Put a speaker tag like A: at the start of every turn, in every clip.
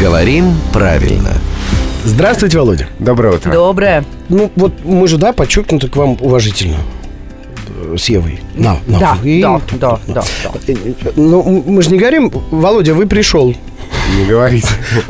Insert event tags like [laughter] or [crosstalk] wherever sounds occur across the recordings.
A: Говорим правильно.
B: Здравствуйте, Володя.
C: Доброе утро.
D: Доброе.
B: Ну, вот мы же, да, подчеркнуто к вам уважительно. Э, С Евой. На,
A: А
B: на.
D: Да,
B: И-
D: да, да, да, да.
B: Э, э, Ну, мы же не говорим, Володя, вы пришел.
C: Не говорите.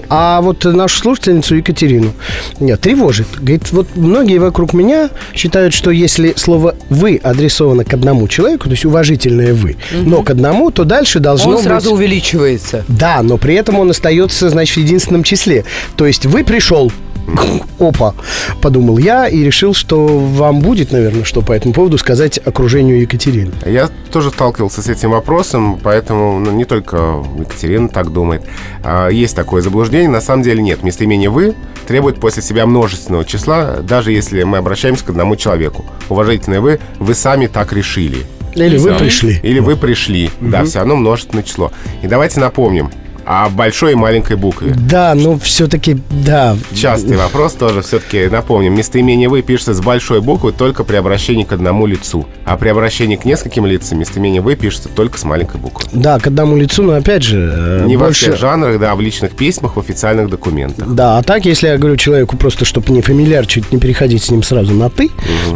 B: А вот нашу слушательницу Екатерину нет, тревожит. Говорит, вот многие вокруг меня считают, что если слово «вы» адресовано к одному человеку, то есть уважительное «вы», но к одному, то дальше должно
D: Он
B: быть...
D: сразу увеличивается.
B: Да, но при этом он остается, значит, в единственном числе. То есть вы пришел. [laughs] Опа, подумал я и решил, что вам будет, наверное, что по этому поводу сказать окружению Екатерины.
C: Я тоже сталкивался с этим вопросом, поэтому ну, не только Екатерина так думает. А, Есть такое заблуждение, на самом деле нет. Местоимение «вы» требует после себя множественного числа, даже если мы обращаемся к одному человеку. Уважительное «вы», «вы сами так решили».
B: Или вы
C: Да.
B: пришли.
C: Или «вы пришли». Да, все равно множественное число. И давайте напомним о большой и маленькой букве.
B: Да, но все-таки, да.
C: Частый вопрос тоже все-таки напомним. Местоимение «вы» пишется с большой буквы только при обращении к одному лицу. А при обращении к нескольким лицам местоимение «вы» пишется только с маленькой буквы.
B: Да, к одному лицу, но опять же, э,
C: Не во
B: больше...
C: всех жанрах, да, а в личных письмах, в официальных документах.
B: Да, а так, если я говорю человеку просто, чтобы не фамильяр, чуть не переходить с ним сразу на «ты»,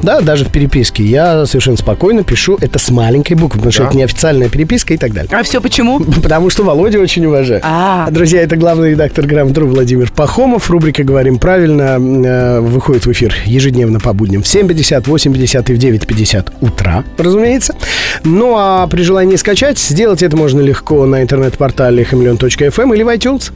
B: да, даже в переписке, я совершенно спокойно пишу это с маленькой буквы, потому что
C: Да.
B: это неофициальная переписка и так далее. [laughs]
D: А все почему?
B: Потому что Володя очень уважаю.
D: А.
B: Друзья, это главный редактор Грамм-Тру Владимир Пахомов. Рубрика «Говорим правильно» э, выходит в эфир ежедневно по будням в 7.50, 8.50 и в 9.50 утра, разумеется. Ну а при желании скачать, сделать это можно легко на интернет-портале hmlion.fm или в iTunes.